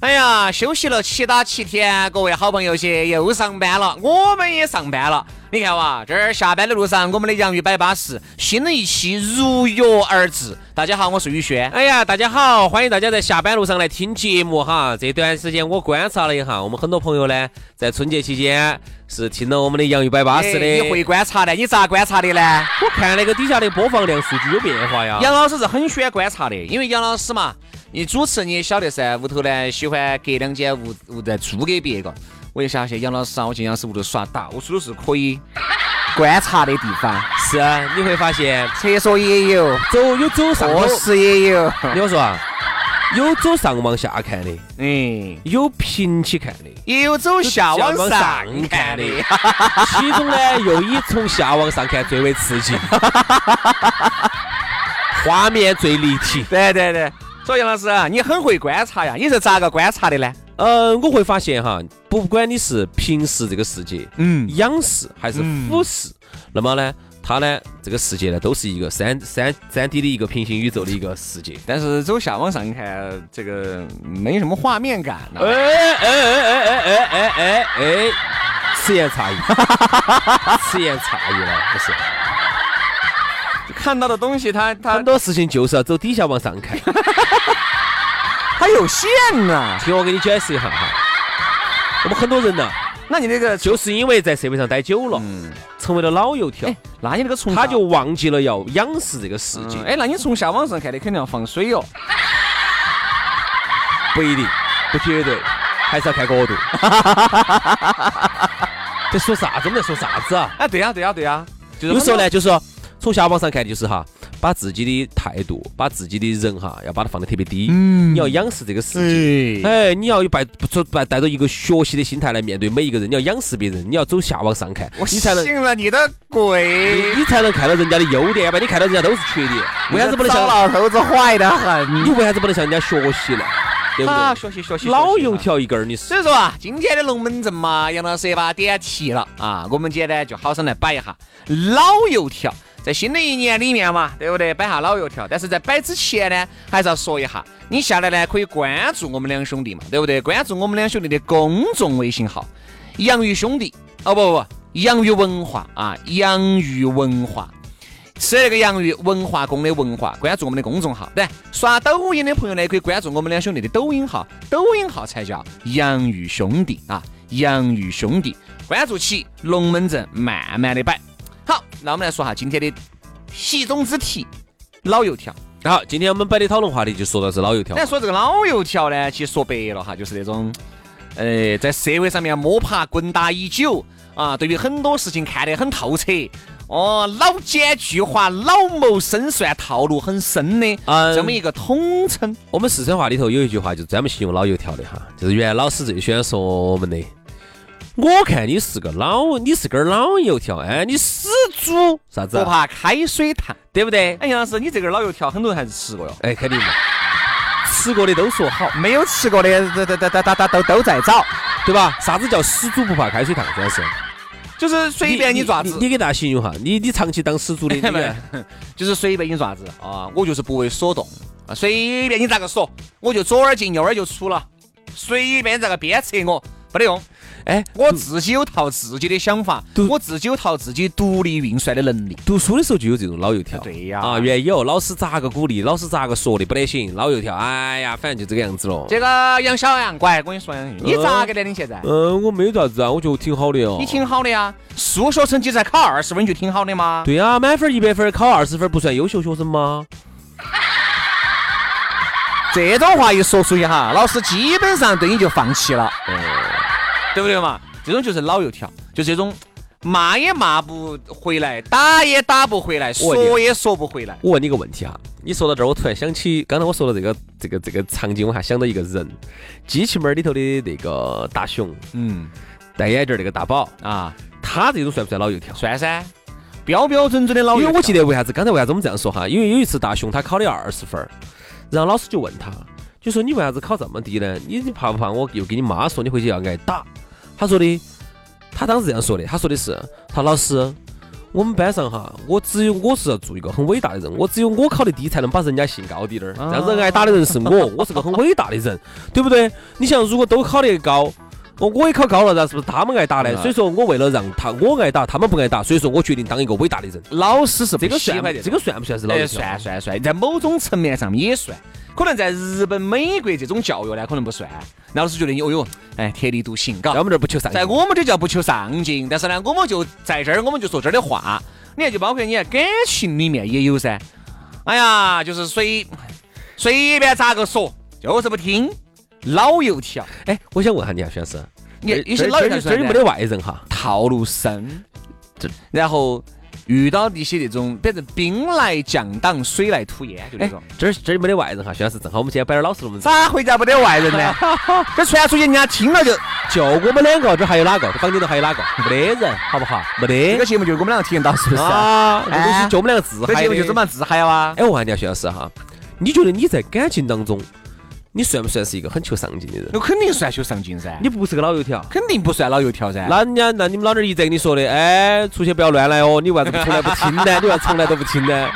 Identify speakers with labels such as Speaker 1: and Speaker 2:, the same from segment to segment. Speaker 1: 哎呀，休息了七打七天，各位好朋友些又上班了，我们也上班了。你看哇，这儿下班的路上，我们的洋芋摆巴适，新的一期如约而至。大家好，我是宇轩。
Speaker 2: 哎呀，大家好，欢迎大家在下班路上来听节目哈。这段时间我观察了一下，我们很多朋友呢，在春节期间是听了我们的洋芋摆巴
Speaker 1: 巴
Speaker 2: 士
Speaker 1: 适
Speaker 2: 的。
Speaker 1: 你会观察的，你咋观察的呢？
Speaker 2: 我看那个底下的播放量数据有变化呀。
Speaker 1: 杨老师是很喜欢观察的，因为杨老师嘛，你主持你也晓得噻，屋头呢喜欢隔两间屋屋再租给别个。我就想起杨老师啊，我进杨老师屋头耍，到处都是可以观察的地方。
Speaker 2: 是啊，你会发现
Speaker 1: 厕所也有，
Speaker 2: 走有走上头
Speaker 1: 卧，室也 有。
Speaker 2: 你听我说啊，有走上往下看的，
Speaker 1: 嗯，
Speaker 2: 有平起看的，
Speaker 1: 也有走下往
Speaker 2: 有
Speaker 1: 上看
Speaker 2: 看
Speaker 1: 的
Speaker 2: 的。，其中呢又以从下往上看最为刺 激，画面最立体。
Speaker 1: 对对对，所以杨老师啊，你很会观察呀，你是咋个观察的呢？
Speaker 2: 嗯，我会发现哈，不管你是平视这个世界，
Speaker 3: 嗯，
Speaker 2: 仰视还是俯视，那么呢，它呢这个世界呢都是一个三三三 D 的一个平行宇宙的一个世界。
Speaker 1: 但是走下往上看，这个没什么画面感啊呢、
Speaker 2: 哎哎哎哎哎哎哎哎哎，此言差 异，此言差异了，不是。
Speaker 1: 看到的东西它它
Speaker 2: 很多事情就是要走底下往上看。
Speaker 1: 它有限啊呐、
Speaker 2: 听我给你解释一下哈，我们很多人呐，
Speaker 1: 那你那个
Speaker 2: 就是因为在社会上待久了，
Speaker 1: 嗯，
Speaker 2: 成为了老油条
Speaker 1: 哎，，那你那个从
Speaker 2: 他就忘记了要仰视这个世界
Speaker 1: 嗯。哎，那你从下往上看的肯定要放水哦。
Speaker 2: 不一定，不绝对，还是要看角 度。在说啥子？我们在说啥子啊？
Speaker 1: 哎，对呀、对呀、对呀、就是
Speaker 2: 有时候呢，就是说从下往上看，就是哈，把自己的态度，把自己的人哈，要把它放得特别低。你要仰视这个世界。
Speaker 1: 很多，哎，
Speaker 2: 哎，你要有带不说带带着一个学习的心态来面对每一个人，你要仰视别人，你要走下往上看，
Speaker 1: 我
Speaker 2: 你才能
Speaker 1: 信了你的鬼。
Speaker 2: 你你才能看到人家的优点，要不然你看到人家都是缺点，为啥子不能
Speaker 1: 糟
Speaker 2: 像
Speaker 1: 老头子坏的很？
Speaker 2: 你为啥子不能向人家学习呢？对不
Speaker 1: 啊，
Speaker 2: 对？
Speaker 1: 学习学习，
Speaker 2: 老
Speaker 1: 学习
Speaker 2: 油
Speaker 1: 啊。
Speaker 2: 条一根儿，你是
Speaker 1: 所以说啊，今天的龙门阵嘛，杨老师也把点提了啊。我们今天呢就好生来摆一下老油条，在新的一年里面嘛，对不对？摆下老油条，但是在摆之前呢，还是要说一下，你下来呢可以关注我们两兄弟嘛，对不对？关注我们两兄弟的公众微信号“洋芋兄弟”，哦不不不，洋芋文化啊，洋芋文化。吃那个洋芋文化宫的文化，关注我们的公众号。对，刷抖音的朋友呢，可以关注我们两兄弟的抖音号，抖音号才叫洋芋兄弟啊，洋芋兄弟，关注起，龙门阵慢慢的摆。好，那我们来说下今天的习中之题，老油条。
Speaker 2: 好，今天我们摆的讨论话题就说到是老油条。
Speaker 1: 但说这个老油条呢，其实说白了哈，就是那种，呃，在社会上面摸爬滚打已久啊，对于很多事情看得很透彻，哦，老奸巨猾、老谋深算、套路很深的，
Speaker 2: 嗯
Speaker 1: 这么一个统称。
Speaker 2: 我们四川话里头有一句话就专门形容老油条的哈，就是原来老师最喜欢说我们的。我看你是个老，你是根老油条，哎，你死猪啥子
Speaker 1: 不
Speaker 2: 啊？
Speaker 1: 怕开水烫，对不对？哎，杨老师，你这个老油条很多人还是吃过哟，
Speaker 2: 哎，肯定嘛，吃过的都说好，
Speaker 1: 没有吃过的，都都都都都都都在找，
Speaker 2: 对吧？啥子叫死猪不怕开水烫？主要是
Speaker 1: 就是随便你爪子
Speaker 2: 你，你给大家形容哈，你你长期当死猪的，你 看
Speaker 1: 就是随便你爪子啊，我就是不为所动啊，随便你咋个说，我就左耳进右耳就出了，随便你咋个鞭策我，没得用。
Speaker 2: 哎，
Speaker 1: 我自己有套自己的想法
Speaker 2: 对，
Speaker 1: 我自己有套自己独立运算的能力。
Speaker 2: 读书的时候就有这种老油条，
Speaker 1: 对呀
Speaker 2: 啊，原有老师咋个鼓励，老师咋个说的，不得行，老油条，哎呀，反正就这个样子了。
Speaker 1: 这个杨小杨，乖，我跟你说，你咋个的？你现在？
Speaker 2: 嗯，我没有啥子啊，我觉得挺好的哦。
Speaker 1: 你挺好的呀，数学成绩才考二十分，你就挺好的
Speaker 2: 啊
Speaker 1: 吗？
Speaker 2: 对呀、满分一百分考二十分不算优秀学生吗？
Speaker 1: 这种话一说出去哈，老师基本上对你就放弃了，对不对嘛？这种就是老油条，就这种骂也骂不回来，打也打不回来，
Speaker 2: 我的
Speaker 1: 说也说不回来。
Speaker 2: 我问你个问题啊，你说到这儿，我突然想起刚才我说的这个这个这个场景，我还想到一个人，《机器猫》里头的那个大熊，
Speaker 1: 嗯
Speaker 2: 戴眼镜儿那个大宝，
Speaker 1: 啊，
Speaker 2: 他这种算不算老油条？
Speaker 1: 算噻，标标准准的老
Speaker 2: 因
Speaker 1: 油
Speaker 2: 为
Speaker 1: 条
Speaker 2: 我记得为啥子刚才为啥子我们这样说哈？因为有一次大熊他考了二十分儿，然后老师就问他，就说你为啥子考这么低呢？你你怕不怕我又跟你妈说你回去要挨打？他说的，他当时这样说的，他说的是，他老师，我们班上哈，我只有我是要做一个很伟大的人，我只有我考得低才能把人家性高低点儿，这样子挨打的人是我，我是个很伟大的人，对不对？你想如果都考得高。我我也考高了，然后是不是他们挨打呢？所以说我为了让他我挨打，他们不挨打，所以说我决定当一个伟大的人。
Speaker 1: 老师是
Speaker 2: 这
Speaker 1: 不
Speaker 2: 个
Speaker 1: 喜
Speaker 2: 算
Speaker 1: 欢
Speaker 2: 不
Speaker 1: 这
Speaker 2: 这
Speaker 1: 种
Speaker 2: 个算不算是老啊
Speaker 1: 哎，
Speaker 2: 油条？
Speaker 1: 算算算，在某种层面上也算。可能在日本、美国这种教育呢，可能不算。那老师觉得你，哦哟，哎，特立独行，嘎
Speaker 2: 在。我们这儿不求上进
Speaker 1: 在我们这叫不求上进，但是呢，我们就在这儿，我们就说这儿的话。你看，就包括你看感情里面也有噻。哎呀，就是随随便咋个说，就是不听，老油条。
Speaker 2: 哎，我想问下你啊，徐老师，
Speaker 1: 你看
Speaker 2: 这
Speaker 1: 有些老油
Speaker 2: 这
Speaker 1: 条
Speaker 2: 儿就
Speaker 1: 算
Speaker 2: 没
Speaker 1: 噻
Speaker 2: 得外人哈，
Speaker 1: 套路深，然后遇到一些那种，反正兵来将挡，水来土掩，就那
Speaker 2: 哎
Speaker 1: 种。，
Speaker 2: 这儿这儿没得外人哈，徐老师，正好我们今天摆点老实龙门阵，
Speaker 1: 咋回家不得外人 呢？这传出去，人家听了就
Speaker 2: 就我们两个，这儿还有哪个？这房间头还有哪个？没得人，好不好？没
Speaker 1: 这
Speaker 2: 得
Speaker 1: 个节目就是我们两个体验到，是不是？
Speaker 2: 啊，这东
Speaker 1: 哎
Speaker 2: 西就我们两个自
Speaker 1: 这
Speaker 2: 嗨
Speaker 1: 节目就
Speaker 2: 的
Speaker 1: 这。么自嗨哇！
Speaker 2: 哎，我问下你啊，徐老师哈，你觉得你在感情当中，你算不算是一个很求上进的人？
Speaker 1: 我肯定算修上进噻，
Speaker 2: 你不是个老油条。
Speaker 1: 肯定不算老油条噻。
Speaker 2: 那人家，那你们老娘一直在跟你说的，哎，出去不要乱来哦，你为啥子从来不听呢？你为啥子从来都不听呢？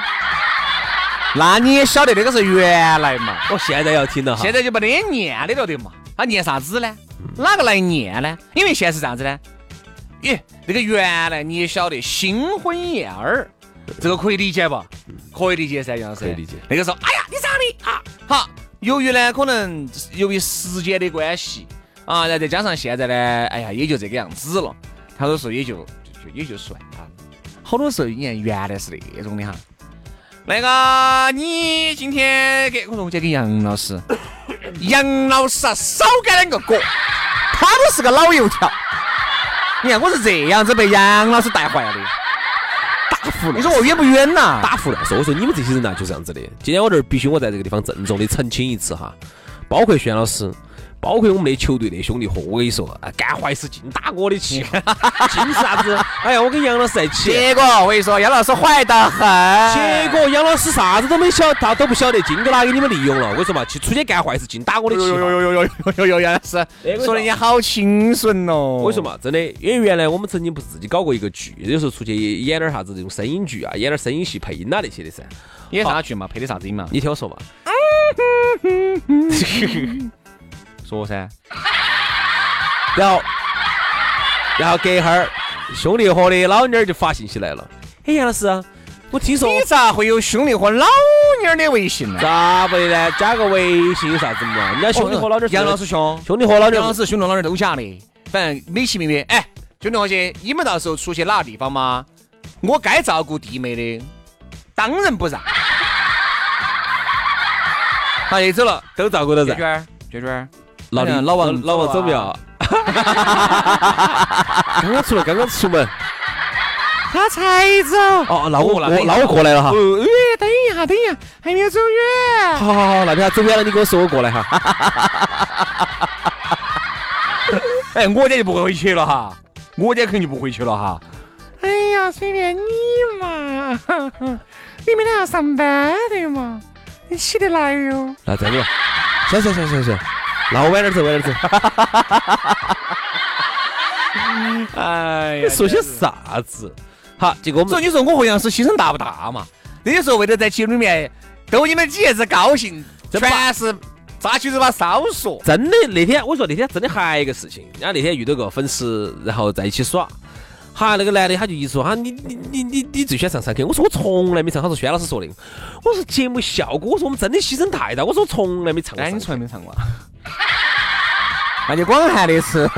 Speaker 1: 那你也晓得那个是原来嘛，
Speaker 2: 我现在要听了哈。
Speaker 1: 现在就没得念的了的嘛。他念啥子呢？哪个来念呢？因为现在是啥子呢？耶，那个原来你也晓得新婚燕尔，这个可以理解吧？可以理解噻，杨老师。
Speaker 2: 嗯可以理解
Speaker 1: 那个时候，哎呀，你长的啊，好。由于呢，可能由于时间的关系啊，然后再加上现在呢，哎呀，也就这个样子了。他多时候也就就就也就算了。好多时候，你看原来是那种的哈。那个，你今天给我说，我今天给杨 老师，杨老师啊，少给两个锅，他都是个老油条。你看我是这样子被杨老师带坏了的，
Speaker 2: 大服
Speaker 1: 你说我冤不冤呐、
Speaker 2: 打胡乱说。我说你们这些人呐、就这样子的。今天我这儿必须我在这个地方郑重的澄清一次哈，包括轩老师，包括我们的球队的兄弟伙，我跟你说，啊，干坏事尽打我的气，
Speaker 1: 嗯
Speaker 2: 尽是啥子？哎呀，我跟杨老师在一起。
Speaker 1: 结果我跟你说，杨老师坏得很。
Speaker 2: 结
Speaker 1: 哎
Speaker 2: 果杨老师啥子都没晓，他都不晓得，尽都拿给你们利用了。我跟你说嘛，去出去干坏事，尽打我的
Speaker 1: 有
Speaker 2: 气
Speaker 1: 有
Speaker 2: 哈。
Speaker 1: 有有有有有有杨老师
Speaker 2: 哎我跟你说
Speaker 1: 说的你好清纯哦。
Speaker 2: 我跟你说？嘛，真的，因为原来我们曾经不是自己搞过一个剧，有时候出去演点啥子这种声音剧啊，演点声音戏、配音啊那些的噻。
Speaker 1: 演啥剧嘛？配的啥子音嘛？
Speaker 2: 你听我说嘛，
Speaker 1: 说噻。
Speaker 2: 然后，然后隔一会儿，兄弟伙的老妞儿就发信息来了。哎，杨老师，我听说
Speaker 1: 你咋会有兄弟伙老妞儿的微信呢？
Speaker 2: 咋不的呢？加个微信有啥子嘛？人家兄弟伙老妞儿是
Speaker 1: 哦杨老师兄，
Speaker 2: 兄弟伙老妞
Speaker 1: 杨老
Speaker 2: 儿
Speaker 1: 师兄弟伙老妞儿都假的，反正美其名曰，哎，兄弟伙些，你们到时候出去哪个地方嘛，我该照顾弟妹的，当仁不让。他就走了，
Speaker 2: 都照顾得
Speaker 1: 娟
Speaker 2: 噻。
Speaker 1: 娟，娟娟，
Speaker 2: 老李
Speaker 1: 哎呀老王
Speaker 2: 老王走
Speaker 1: 走啊
Speaker 2: 不 要？刚刚出来，刚刚出门。
Speaker 1: 他才走。
Speaker 2: 哦，那我
Speaker 1: 哦那
Speaker 2: 我
Speaker 1: 你
Speaker 2: 那我过来了哈。
Speaker 1: 哦，哎，等一下，等一下，还没有走远。
Speaker 2: 好好好，那你走远了，你给我说，我过来哈。
Speaker 1: 哎，我家就不回去了哈，我家肯定就不回去了哈。
Speaker 4: 哎呀，随便你嘛，你明天要上班的嘛，你起得来哟。
Speaker 2: 那这样子吧，行行行行行，那我晚点走，晚点走。
Speaker 1: 哎
Speaker 2: 你
Speaker 1: 呀，
Speaker 2: 说些啥子？好，结果我
Speaker 1: 所
Speaker 2: 们
Speaker 1: 以你说我和杨师牺牲大不大嘛？那些时候为了在节目里面逗你们几爷子高兴，
Speaker 2: 这
Speaker 1: 全是扎起嘴巴烧说。
Speaker 2: 真的那天，我说那天真的还有一个事情，人家那天遇到个粉丝，然后在一起耍。哈，那个男的他就一直说哈，你你你你你最喜欢上三 K？我说我从来没唱，他说轩老师说的。我说节目效果，我说我们真的牺牲太大，我说我从来没唱过 上 K。
Speaker 1: 来没唱过？那就广汉 的是。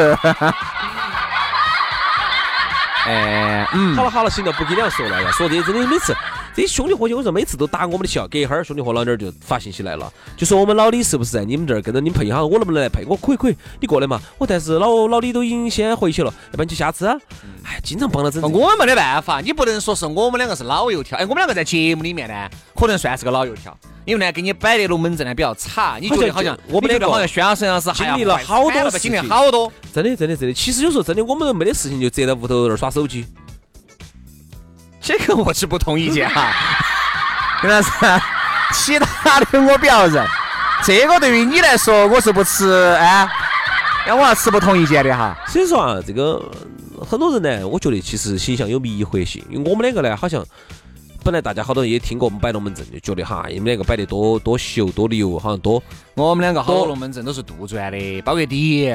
Speaker 1: 哎，嗯，
Speaker 2: 哎嗯好了好了，行了，不跟你俩说了，要说这些真的每次这兄弟伙有人每次都打我们的笑，隔一会儿兄弟伙老娘儿就发信息来了，就说我们老李是不是在你们这儿跟着你们配哈？我能不能来配？我可以可以，你过来嘛。我但是老老李都已经先回去了，要不然就下次啊。哎，经常帮他整这个。
Speaker 1: 我们没得办法，你不能说是我们两个是老油条。哎，我们两个在节目里面呢，可能算是个老油条，因为呢，给你摆的龙门阵呢比较差，你觉得好像
Speaker 2: 我们
Speaker 1: 你觉
Speaker 2: 两
Speaker 1: 得
Speaker 2: 个
Speaker 1: 好像宣老师是
Speaker 2: 经历了好多事
Speaker 1: 经历
Speaker 2: 情
Speaker 1: 好多。
Speaker 2: 真的真的真的，其实有时候真的我们没得事情就宅在屋头那儿耍手机。
Speaker 1: 这个我是不同意见啊 哈，袁老师，其他的我不要认，这个对于你来说我是不吃哎，那我要持不同意见的哈。
Speaker 2: 所以说啊，这个嗯很多人呢，我觉得其实形象有迷惑性，因为我们两个呢，好像本来大家好多人也听过我们摆龙门阵，就觉得哈，你们两个摆得多多秀多牛，好像多
Speaker 1: 我们两个好多龙门阵都是杜撰的，包括你。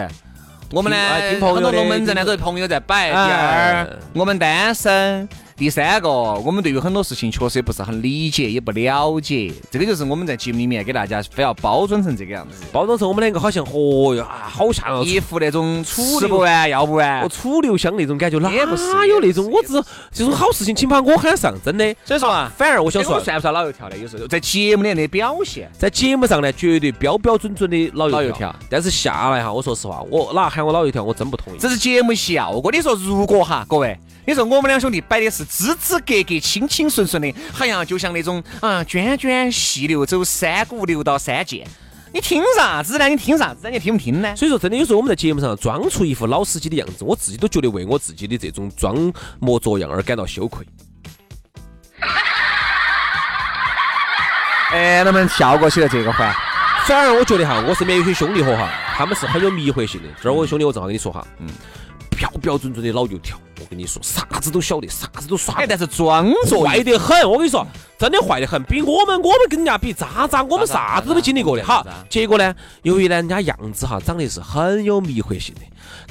Speaker 1: 我们
Speaker 2: 哎
Speaker 1: 呢，
Speaker 2: 听朋友
Speaker 1: 很多
Speaker 2: 的
Speaker 1: 龙门阵
Speaker 2: 听
Speaker 1: 呢都是朋友在摆。第
Speaker 2: 哎
Speaker 1: 二，我们单身。第三个，我们对于很多事情确实也不是很理解，也不了解。这个就是我们在节目里面给大家非要包装成这个样子，
Speaker 2: 包装成我们两个好像，哦哟啊，好像啊
Speaker 1: 一副那种
Speaker 2: 楚
Speaker 1: 吃
Speaker 2: 留
Speaker 1: 不完要不
Speaker 2: 我
Speaker 1: 啊完。
Speaker 2: 楚留香那种感觉，哪
Speaker 1: 也不是
Speaker 2: 有那
Speaker 1: 也不
Speaker 2: 种？
Speaker 1: 是
Speaker 2: 我
Speaker 1: 也
Speaker 2: 只这种好事情，请把我喊上，真的。
Speaker 1: 所以说啊，
Speaker 2: 反而我想
Speaker 1: 这
Speaker 2: 说
Speaker 1: 个，算不算老油条呢？有时候在节目里面的表现，
Speaker 2: 在节目上呢，绝对标标准准的老
Speaker 1: 老
Speaker 2: 油
Speaker 1: 油条。
Speaker 2: 但是下来哈，我说实话，我哪喊我老油条，我真不同意。
Speaker 1: 这是节目效果。你说如果哈，各位，你说我们两兄弟摆的是支支格格、清清顺顺的，好像就像那种啊涓涓细流走三股流到三涧。你听啥子呢？你听啥子呢？你听不听呢？
Speaker 2: 所以说，真的有时候我们在节目上装出一副老司机的样子，我自己都觉得为我自己的这种装模作样而感到羞愧。
Speaker 1: 哎，能不能跳过去了这个环？
Speaker 2: 反而我觉得哈，我身边有些兄弟伙哈，他们是很有迷惑性的。这儿我兄弟，我正好跟你说哈，嗯，标标准准的老油条，我跟你说，啥子都晓得，啥子都耍不
Speaker 1: 哎，但是装作
Speaker 2: 坏得很，我跟你说，真的坏得很，比我们我们跟人家比渣渣，我们啥子都没经历过的哈
Speaker 1: 渣渣。
Speaker 2: 结果呢，由于呢人家样子哈长得是很有迷惑性的，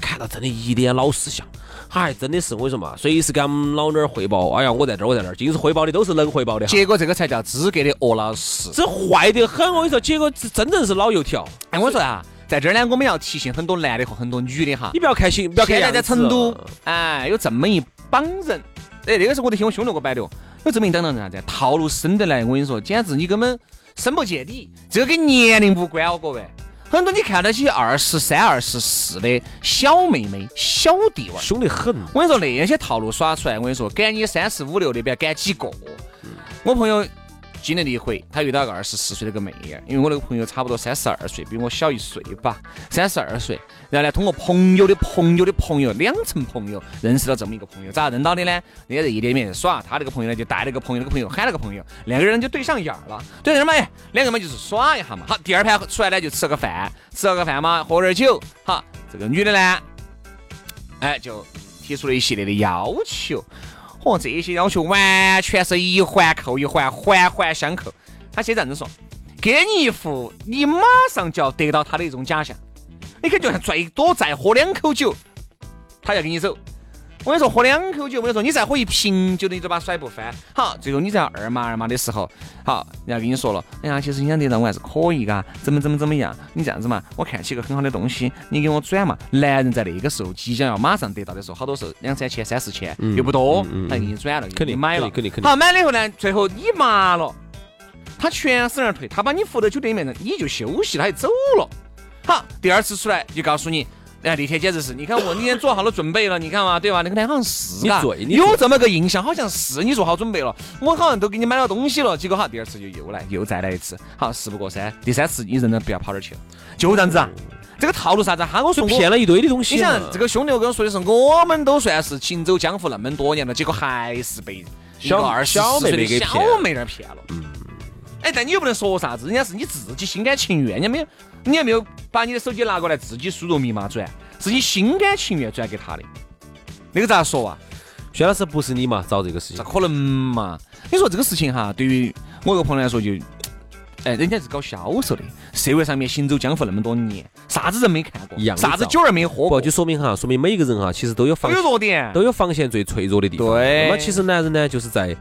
Speaker 2: 看到真的一脸老实相，哎，真的是我跟你说嘛，随时给俺们老娘儿汇报，哎呀，我在这儿，我在那儿，尽是汇报的都是能汇报的哈。
Speaker 1: 结果这个才叫资格的恶老师。
Speaker 2: 这坏得很，我跟你说，结果是真正是老油条。
Speaker 1: 哎，我说啊，在这儿呢，我们要提醒很多男的和很多女的哈
Speaker 2: 你，不要看心，不要看
Speaker 1: 现在
Speaker 2: 样
Speaker 1: 在
Speaker 2: 子
Speaker 1: 成都，
Speaker 2: 啊
Speaker 1: 哎，有这么一帮人，哎，那个时候我都听我兄弟给我摆的哦，有这么一帮人啥子，套路深得来，我跟你说，简直你根本深不见底。这个跟年龄无关哦，各位，很多你看到起二十三、二十四的小妹妹、小弟娃儿，
Speaker 2: 凶得很。
Speaker 1: 我跟你说那些套路耍出来，我跟你说，赶你三十五六的，不要赶几个。我朋友经历了一回，他遇到个二十四岁的个妹儿，因为我那个朋友差不多三十二岁，比我小一岁吧，三十二岁。然后呢，通过朋友的朋友的朋友，两层朋友认识了这么一个朋友，咋认到的呢？那个人一脸面耍，他那个朋友呢就带了个朋友，那个朋友喊了个朋友，两个人就对上眼儿了。对上眼儿嘛，哎两个嘛就是耍一下嘛。好，第二盘出来呢就吃了个饭，吃了个饭嘛，喝点儿酒。好，这个女的呢，哎就提出了一系列的要求。哦，这些要求完全是一环扣一环，环环相扣。他先这样子说，给你一副你马上就要得到他的一种假象，你可就像最多再喝两口酒，他要跟你走。我跟你说，喝两口酒，我跟你说，你再喝一瓶酒，你都把甩不翻。好，最后你在二麻二麻的时候，好，人家跟你说了，哎呀，其实你想得到我还是可以噶，怎么怎么怎么样？你这样子嘛，我看起一个很好的东西，你给我转嘛。男人在那个时候即将要马上得到的时候，好多时候两三千、三四千又不多，他给你转了，
Speaker 2: 嗯肯定
Speaker 1: 给你买
Speaker 2: 肯
Speaker 1: 了，
Speaker 2: 定肯定肯定
Speaker 1: 好，买了以后呢，最后你麻了，他全身而退，他把你扶到酒店里面，你就休息，他就走了。好，第二次出来就告诉你，哎，那天简直是，你看我那天做好了准备了，你看嘛，对吧？那个男好像是
Speaker 2: 你
Speaker 1: 啊
Speaker 2: 嘴你
Speaker 1: 有
Speaker 2: 嘴
Speaker 1: 这么个印象，好像是你做好准备了，我好像都给你买了东西了，结果好，第二次就又来，又再来一次，好，事不过三，第三次你人呢不要跑哪儿去了，就这样子啊，
Speaker 2: 嗯
Speaker 1: 这个套路啥子啊？他跟我说我
Speaker 2: 骗了一堆的东
Speaker 1: 你
Speaker 2: 西啊。
Speaker 1: 想这个兄弟，我跟我说的是，我们都算是行走江湖那么多年了，结果还是被一个
Speaker 2: 小
Speaker 1: 二十
Speaker 2: 小
Speaker 1: 四
Speaker 2: 妹
Speaker 1: 岁
Speaker 2: 妹
Speaker 1: 的
Speaker 2: 给
Speaker 1: 小
Speaker 2: 骗了
Speaker 1: 妹儿骗了。哎，但你又不能说啥子，人家是你自己心甘情愿，人家没有，你也没有把你的手机拿过来自己输入密码转，是你心甘情愿转给他的，那个咋说啊？
Speaker 2: 薛老师不是你嘛？找这个事
Speaker 1: 咋
Speaker 2: 情，
Speaker 1: 可能嘛？你说这个事情哈，对于我一个朋友来说就，哎，人家是搞销售的，社会上面行走江湖那么多年，啥子人没看过
Speaker 2: 一，样的
Speaker 1: 啥子酒儿没喝
Speaker 2: 不
Speaker 1: 过，
Speaker 2: 就说明哈，说明每一个人哈，其实都有
Speaker 1: 都
Speaker 2: 防
Speaker 1: 有弱点，
Speaker 2: 都有防线最脆弱的地方。
Speaker 1: 哎对
Speaker 2: 那么其实男人呢，就是在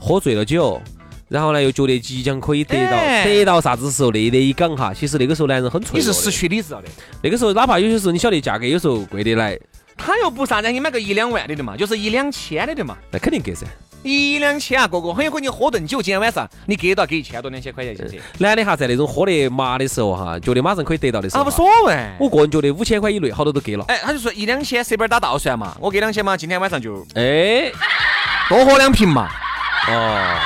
Speaker 2: 喝醉了酒，然后呢又觉得即将可以得到
Speaker 1: 哎
Speaker 2: 得到啥子时候，那那一杠哈，其实那个时候男人很脆
Speaker 1: 你
Speaker 2: 弱的。
Speaker 1: 是失去理智了的。
Speaker 2: 那个时候，哪怕有些时候你晓得价格有时候贵得来，
Speaker 1: 他又不啥子，你买个一两万的的嘛，就是一两千的的嘛，
Speaker 2: 那肯定给噻。
Speaker 1: 一两千啊，哥哥，很有可能你喝顿酒，今天晚上你给到给一千多两千块钱进去，
Speaker 2: 男的哈，在那种喝得麻的时候哈，觉得马上可以得到的时候
Speaker 1: 啊，
Speaker 2: 哈，
Speaker 1: 无所谓。
Speaker 2: 我个人觉得五千块以内好多都给了。
Speaker 1: 哎，他就说一两千随便打倒算嘛，我给两千嘛，今天晚上就
Speaker 2: 哎，
Speaker 1: 多喝两瓶嘛，
Speaker 2: 哦，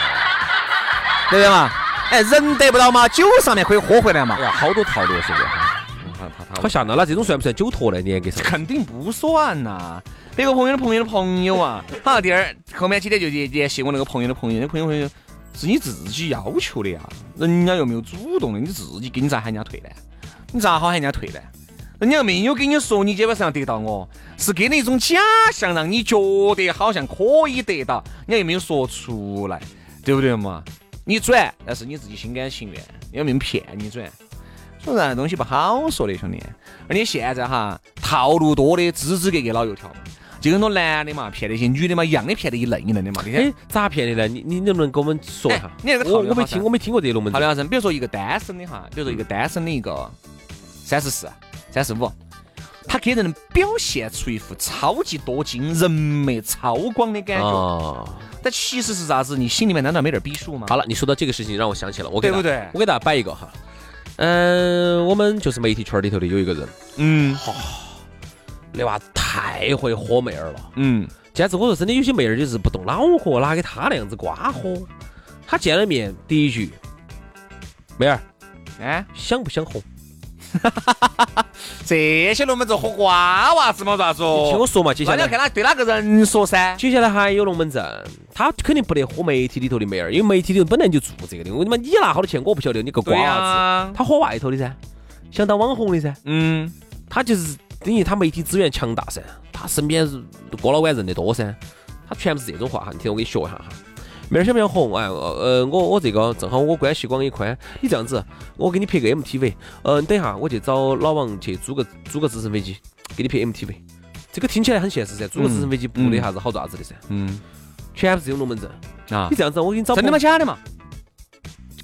Speaker 1: 对不对嘛？哎，人得不到嘛，酒上面可以喝回来嘛
Speaker 2: 哎。呀，好多
Speaker 1: 啊
Speaker 2: 套路现在哈，好吓人。那这种算不算酒托呢？你也给 说。
Speaker 1: 肯定不算呐、别个朋友的朋友的朋友啊，好，第二后面几天就联联系我那个朋友的朋友，那朋友朋友是你自己要求的呀，人家又没有主动的，你自己跟你咋喊人家退呢？你咋好喊人家退呢？人家没有跟你说你今天晚上要得到我，是给你一种假象，让你觉得好像可以得到，人家又没有说出来，对不对嘛？你转，那是你自己心甘情愿，人家没有骗你转。所以这东西不好说的，兄弟。而且现在哈，套路多的支支格格老油条嘛，就跟那男的嘛骗那些女的嘛一样的，骗得一愣一愣的嘛。那天
Speaker 2: 哎，咋骗的呢？你你能不能给我们说一下
Speaker 1: 哎？你那个套路
Speaker 2: 我我没
Speaker 1: 好像
Speaker 2: 听我没听过这龙门
Speaker 1: 好
Speaker 2: 阵。
Speaker 1: 两人，比如说一个单身的哈，比如说一个单身的一个三十四、三十五，他给人表现出一副超级多金、人脉超广的感觉，
Speaker 2: 哦，
Speaker 1: 但其实是啥子？你心里面难道没点儿逼数吗？
Speaker 2: 好了，你说到这个事情让我想起了，我给
Speaker 1: 啊对不
Speaker 2: 大
Speaker 1: 对
Speaker 2: 我给大家摆一个哈。嗯，我们就是媒体圈里头的有一个人，
Speaker 1: 嗯
Speaker 2: 那娃太会喝妹儿了。
Speaker 1: 嗯，
Speaker 2: 简直我说真的，有些妹儿就是不动脑壳，拿给他那样子瓜喝。他见了面第一句，妹儿
Speaker 1: 哎，
Speaker 2: 想不想红？
Speaker 1: 这些龙门阵喝瓜娃子嘛，咋
Speaker 2: 你
Speaker 1: 说？
Speaker 2: 听我说嘛，接下
Speaker 1: 那你要看
Speaker 2: 来。
Speaker 1: 他对哪个人说噻。
Speaker 2: 接下来还有龙门阵，他肯定不得喝媒体里头的妹儿，因为媒体里头本来就做这个的。我他妈你拿好多钱我不晓得，你个瓜
Speaker 1: 对呀、
Speaker 2: 娃子。他喝外头的噻，想当网红的噻，
Speaker 1: 嗯，
Speaker 2: 他就是等于他媒体资源强大噻，他身边是哥老倌认得多�噻，他全部是这种话哈。你听我给你学一下哈。明儿想不想红？哎，呃，呃我我这个正好我关系广也宽，你这样子，我给你拍个 MTV，嗯、呃，等一下我去找老王去租个租个直升飞机，给你拍 MTV。这个听起来很现实噻，租个直升飞机不得啥子好爪子的�噻，
Speaker 1: 嗯
Speaker 2: 全部是这种龙门阵
Speaker 1: 啊
Speaker 2: 你这样子，我给你找
Speaker 1: 真的
Speaker 2: 朋友？
Speaker 1: 吗？假的嘛？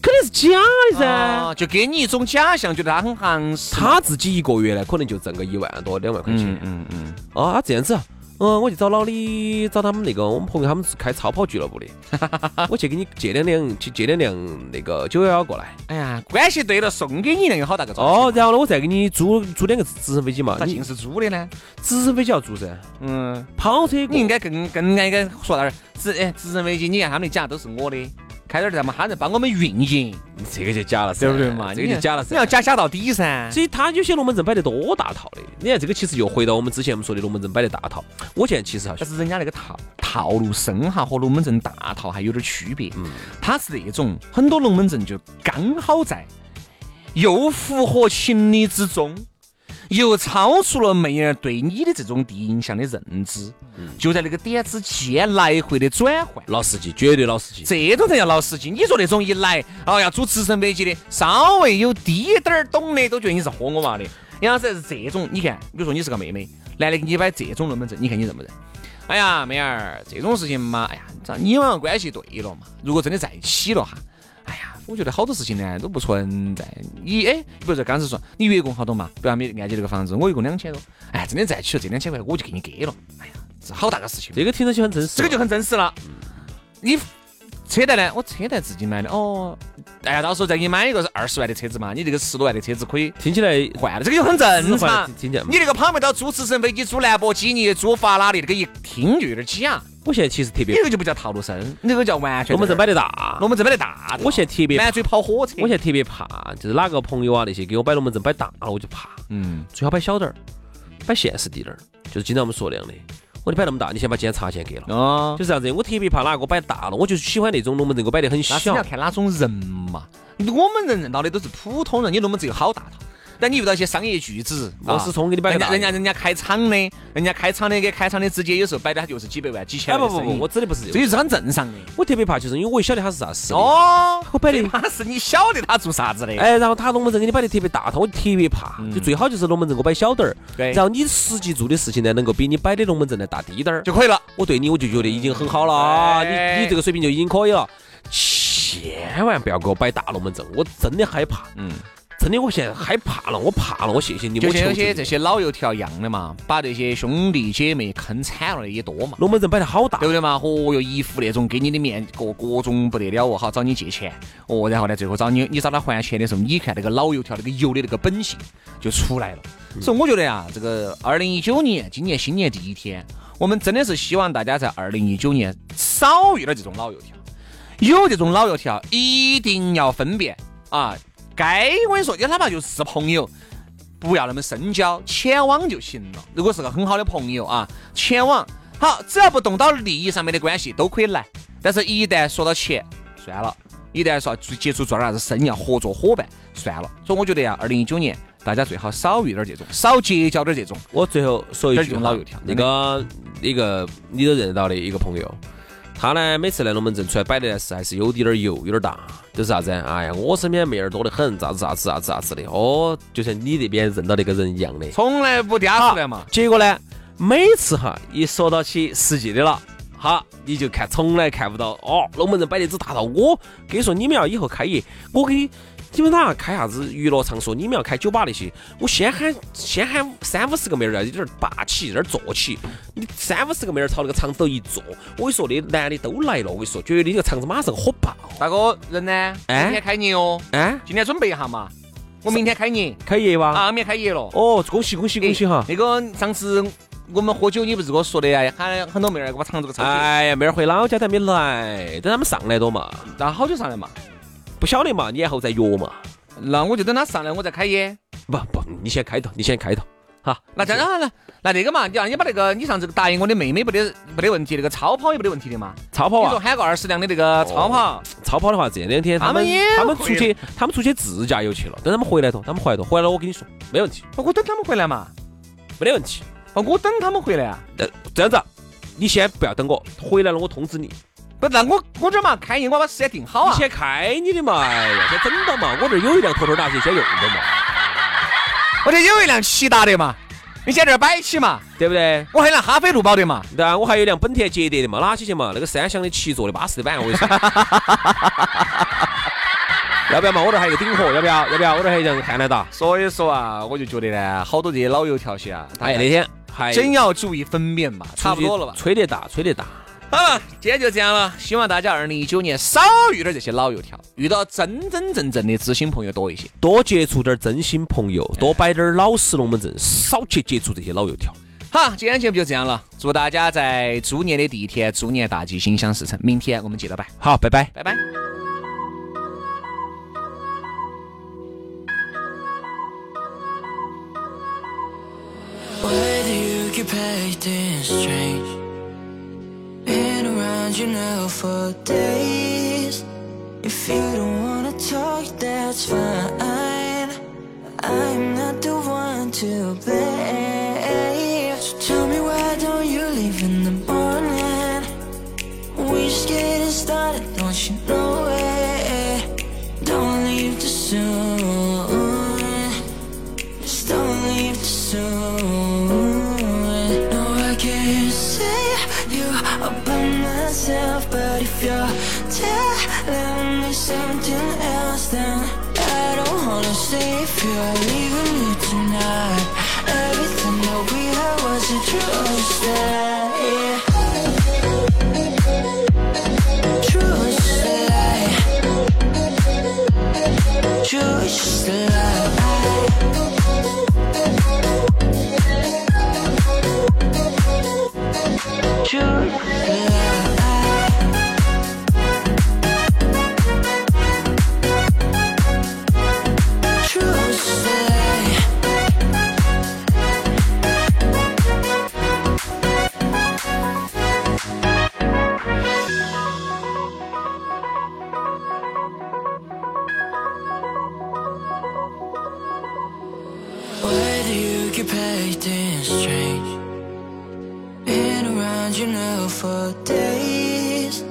Speaker 2: 肯定是假的噻。
Speaker 1: 啊，就给你一种假象，觉得他很行实。
Speaker 2: 他自己一个月呢，可能就挣个一万多、两万块钱。
Speaker 1: 嗯嗯，
Speaker 2: 啊，这样子啊，嗯，我去找老李，找他们那个我们朋友，他们是开超跑俱乐部的， 我去给你借两辆，去借两辆那个九幺幺过来。
Speaker 1: 哎呀，关系对了，送给你那个好大个招。
Speaker 2: 哦，然后呢，我再给你租租两个直升飞机嘛，
Speaker 1: 咋
Speaker 2: 你
Speaker 1: 尽是租的呢？
Speaker 2: 直升飞机要租噻，
Speaker 1: 嗯，
Speaker 2: 跑车
Speaker 1: 你应
Speaker 2: 该
Speaker 1: 该更更应该说那儿直哎直升飞机，你看他们的假都是我的，开点儿他们他能帮我们运营，哎
Speaker 2: 这个就假了噻，
Speaker 1: 对不对嘛？
Speaker 2: 这个就假了
Speaker 1: 你要
Speaker 2: 噻。
Speaker 1: 假假到底噻。
Speaker 2: 所以他有些龙门阵摆得多大套的，你看这个其实又回到我们之前我们说的龙门阵摆得大套。我现在其实哈，
Speaker 1: 但是人家那个套套路深哈和龙门阵大套还有点区别，它是那种很多龙门阵就刚好在又符合情理之中，又超出了妹儿对你的这种第一印象的认知，就在那个点之间来回的转换。
Speaker 2: 老司机绝对老司机，
Speaker 1: 这种才叫老司机！你说那种一来，哦，要租直升飞机的，稍微有滴点儿懂的，都觉得你是豁我娃的。杨老师是这种，你看，比如说你是个妹妹，男的给你摆这种龙门阵，你看你认不认？哎呀，妹儿，这种事情嘛，哎呀，咋你们关系对了嘛？如果真的在一起了哈，哎呀，我觉得好多事情呢都不存在。你哎，比如说刚才说你月供好多嘛？比如说没按揭这个房子，我月供两千多，哎，真的在一起了，这两千块我就给你给了。哎呀，这好大个事情。
Speaker 2: 这个听上去很真实。
Speaker 1: 这个就很真实了。你车贷呢？我车贷自己买的哦。哎呀，到时候再给你买一个二十万的车子嘛，你这个十多万的车子可以
Speaker 2: 听起来
Speaker 1: 换了，这个就很正
Speaker 2: 是换
Speaker 1: 常
Speaker 2: 了。听见吗
Speaker 1: 你那个旁边到租直升飞机、租兰博基尼、租法拉利，这个一听就有点假。
Speaker 2: 我现在其实特
Speaker 1: 你
Speaker 2: 别
Speaker 1: 那个就不叫套路深，你那个叫完全。
Speaker 2: 龙门阵摆，得大，
Speaker 1: 龙门阵摆的大。
Speaker 2: 我现在特别
Speaker 1: 满嘴跑火车。
Speaker 2: 我现在特别怕，就是哪个朋友啊那些给我摆龙门阵摆大了，我就怕，
Speaker 1: 嗯，
Speaker 2: 最好摆小点儿，摆现实滴点儿，就是经常我们说那样的。我你摆那么大，你先把今天茶钱给了，
Speaker 1: 哦，
Speaker 2: 就是这样子。我特别怕哪个摆大了，我就喜欢那种龙门阵给我摆得很
Speaker 1: 那是
Speaker 2: 小
Speaker 1: 你要。看哪种人嘛。我们人认到的都是普通人，你龙门阵有好大套。但你遇到一些商业巨子，
Speaker 2: 王
Speaker 1: 啊
Speaker 2: 思聪给你摆
Speaker 1: 人
Speaker 2: 个
Speaker 1: 家
Speaker 2: 大，
Speaker 1: 人家人家开厂的，人家开厂的跟开厂的之间，有时候摆的他就是几百万、几千
Speaker 2: 哎
Speaker 1: 万
Speaker 2: 不不
Speaker 1: 的生意。
Speaker 2: 不，我指的不是
Speaker 1: 这
Speaker 2: 这个，
Speaker 1: 就是很正常的。
Speaker 2: 我特别怕就是因为我也晓得他是啥事。哦。
Speaker 1: 哦，
Speaker 2: 我摆的
Speaker 1: 他是你晓得他做啥子的。
Speaker 2: 哎，然后他龙门阵给你摆得特别大，我就特别怕，就最好就是龙门阵给我摆小点儿，
Speaker 1: 嗯对
Speaker 2: 然后你实际做的事情呢，能够比你摆的龙门阵呢大滴点儿，
Speaker 1: 就可以了。
Speaker 2: 我对你我就觉得已经很好了啊，
Speaker 1: 哎
Speaker 2: 你你这个水平就已经可以了，千万不要给我摆大龙门阵，我真的害怕。
Speaker 1: 嗯，
Speaker 2: 真的，我现在害怕了，我怕了，我谢谢你，
Speaker 1: 就
Speaker 2: 我
Speaker 1: 像
Speaker 2: 求
Speaker 1: 有
Speaker 2: 求
Speaker 1: 些
Speaker 2: 你
Speaker 1: 这些老油条一样的嘛，把这些兄弟姐妹坑惨了的也多嘛，
Speaker 2: 龙门阵摆得好大
Speaker 1: 对，不对嘛？哦哟，一副那种给你的面各各种不得了哦，好找你借钱哦，然后呢，最后找你你找他还钱的时候，你看那个老油条那个油的那个本性就出来了。所以我觉得呀，这个二零一九年今年新年第一天，我们真的是希望大家在二零一九年少遇到这种老油条。有这种老油条，一定要分辨啊！该我跟你说，你哪怕就是朋友，不要那么深交，前往就行了。如果是个很好的朋友啊，前往好，只要不动到利益上面的关系，都可以来。但是，一旦说到钱，算了；一旦说接触做点啥子生意啊，合作伙伴，算了。所以，我觉得呀，二零一九年大家最好少遇点这种，少结交点这种。
Speaker 2: 我最后说一
Speaker 1: 这是
Speaker 2: 句
Speaker 1: 一种
Speaker 2: 哈
Speaker 1: 老油条
Speaker 2: 那个一个你都认得到的一个朋友，他呢每次来龙门阵出来摆的呢是还是有点儿油，有点儿大，就是啥子？哎呀，我身边妹儿多得很，咋子咋子咋子咋子的，哦，就像你那边认到那个人一样的。
Speaker 1: 从来不嗲出来嘛。
Speaker 2: 结果呢，每次哈一说到起实际的了。哈，你就看，从来看不到哦。龙门阵摆的只大到我跟你说，你们要以后开业，我给你，你们哪要开啥子娱乐场所，你们要开酒吧那些，我先喊先喊三五十个妹儿来，在这儿霸气，在这儿坐起。你三五十个妹儿朝那个场子头一坐，我跟你说，那男的都来了，我跟你说，绝对这个场子马上火爆。
Speaker 1: 大哥，人呢？今
Speaker 2: 哎
Speaker 1: 天开业哦，
Speaker 2: 哎，
Speaker 1: 今天准备一下嘛。我明天开业
Speaker 2: 开业哇？
Speaker 1: 啊，明天开业了。
Speaker 2: 哦，恭喜恭喜恭喜哈！
Speaker 1: 那个上次我们喝酒，你不是跟我说的呀？喊很多妹儿来给我尝这个餐
Speaker 2: 哎呀，妹儿回老家都还没来，等他们上来多嘛，
Speaker 1: 酒，然后好久上来嘛？
Speaker 2: 不晓得嘛，你然后再约嘛。
Speaker 1: 那我就等他上来，我再开业。
Speaker 2: 不不，你先开头，你先开头，哈。
Speaker 1: 那这样啊，那那那个嘛，你让你把那个你上次答应我的妹妹不得没得问题，那个超跑也没得问题的嘛。
Speaker 2: 超跑
Speaker 1: 你说
Speaker 2: 啊，
Speaker 1: 喊个二十辆的那个超跑，
Speaker 2: 超跑的话，这两天他们
Speaker 1: 他们也
Speaker 2: 他们出
Speaker 1: 会
Speaker 2: 去，他们出去自驾游去了。等他们回来头，他们回来头，回来了我跟你说，没问题，
Speaker 1: 哦我等他们回来嘛。
Speaker 2: 没得问题。
Speaker 1: 哦，我等他们回来啊。
Speaker 2: 那这样子啊，你先不要等我，回来了我通知你。
Speaker 1: 不，那我我这嘛开业，我把时间定好
Speaker 2: 你
Speaker 1: 啊。
Speaker 2: 先开你的嘛，哎呀，先等到嘛，我这儿有一辆头头大车，先用着嘛，
Speaker 1: 我这有一辆骐达的嘛，你先在这儿摆起嘛。
Speaker 2: 对不对？
Speaker 1: 我还有辆哈飞路宝的嘛，
Speaker 2: 对啊，我还有一辆本田捷德的嘛，哪起去嘛？那个三厢的七座的巴适的板，我跟你 说。要不要嘛？我这儿还有一个顶火，要不要？要不要？我这儿还有一辆汉兰达。
Speaker 1: 所以说啊，我就觉得呢，好多这些老油条些啊，
Speaker 2: 哎，那天还
Speaker 1: 真要注意分辨吧，差不多了吧？
Speaker 2: 吹得大，吹得大。
Speaker 1: 好了，啊今天就这样了。希望大家二零一九年少遇点这些老油条，遇到真真正正的知心朋友多一些。
Speaker 2: 多接触点儿真心朋友，多摆点儿老实龙门阵，少去接触这些老油条。
Speaker 1: 好，今天节目就这样了。祝大家在猪年的第一天，猪年大吉，心想事成。明天我们接着拜，
Speaker 2: 好，拜拜。
Speaker 1: 拜拜。
Speaker 5: Why do you keep acting strange? Been around you now for days. If you don't wanna talk, that's fine. I'm not the one to blame. So tell me why don't you leave in the morning? We just getting started, don't you know it? Don't leave too soon. Just don't leave too soon. No, I can't save you all by myself. But if you're telling me something else, then I don't wanna stay. If you're leaving me tonight, everything that we had was a true lie. True lie. True lie. True lie. True lie. Why do you keep acting strange? Been around you now for days.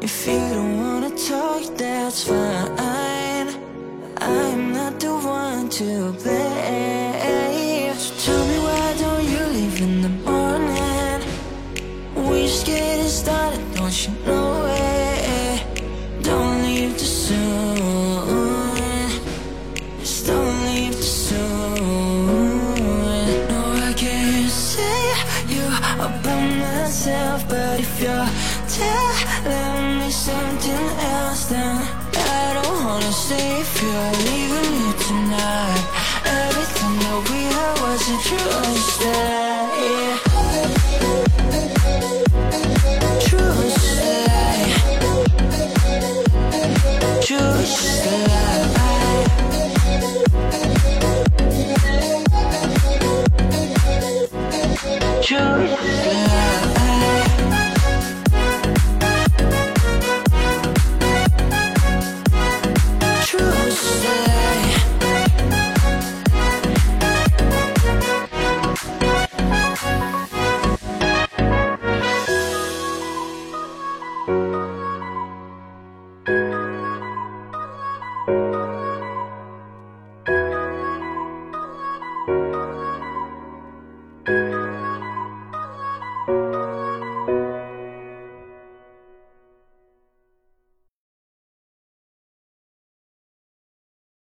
Speaker 5: If you don't wanna talk, that's fine. I'm not the one to blame. So tell me why don't you leave in the morning? We just getting started, don't you know it? Don't leave too soon. Just don't if you're telling me something else, then I don't wanna save you.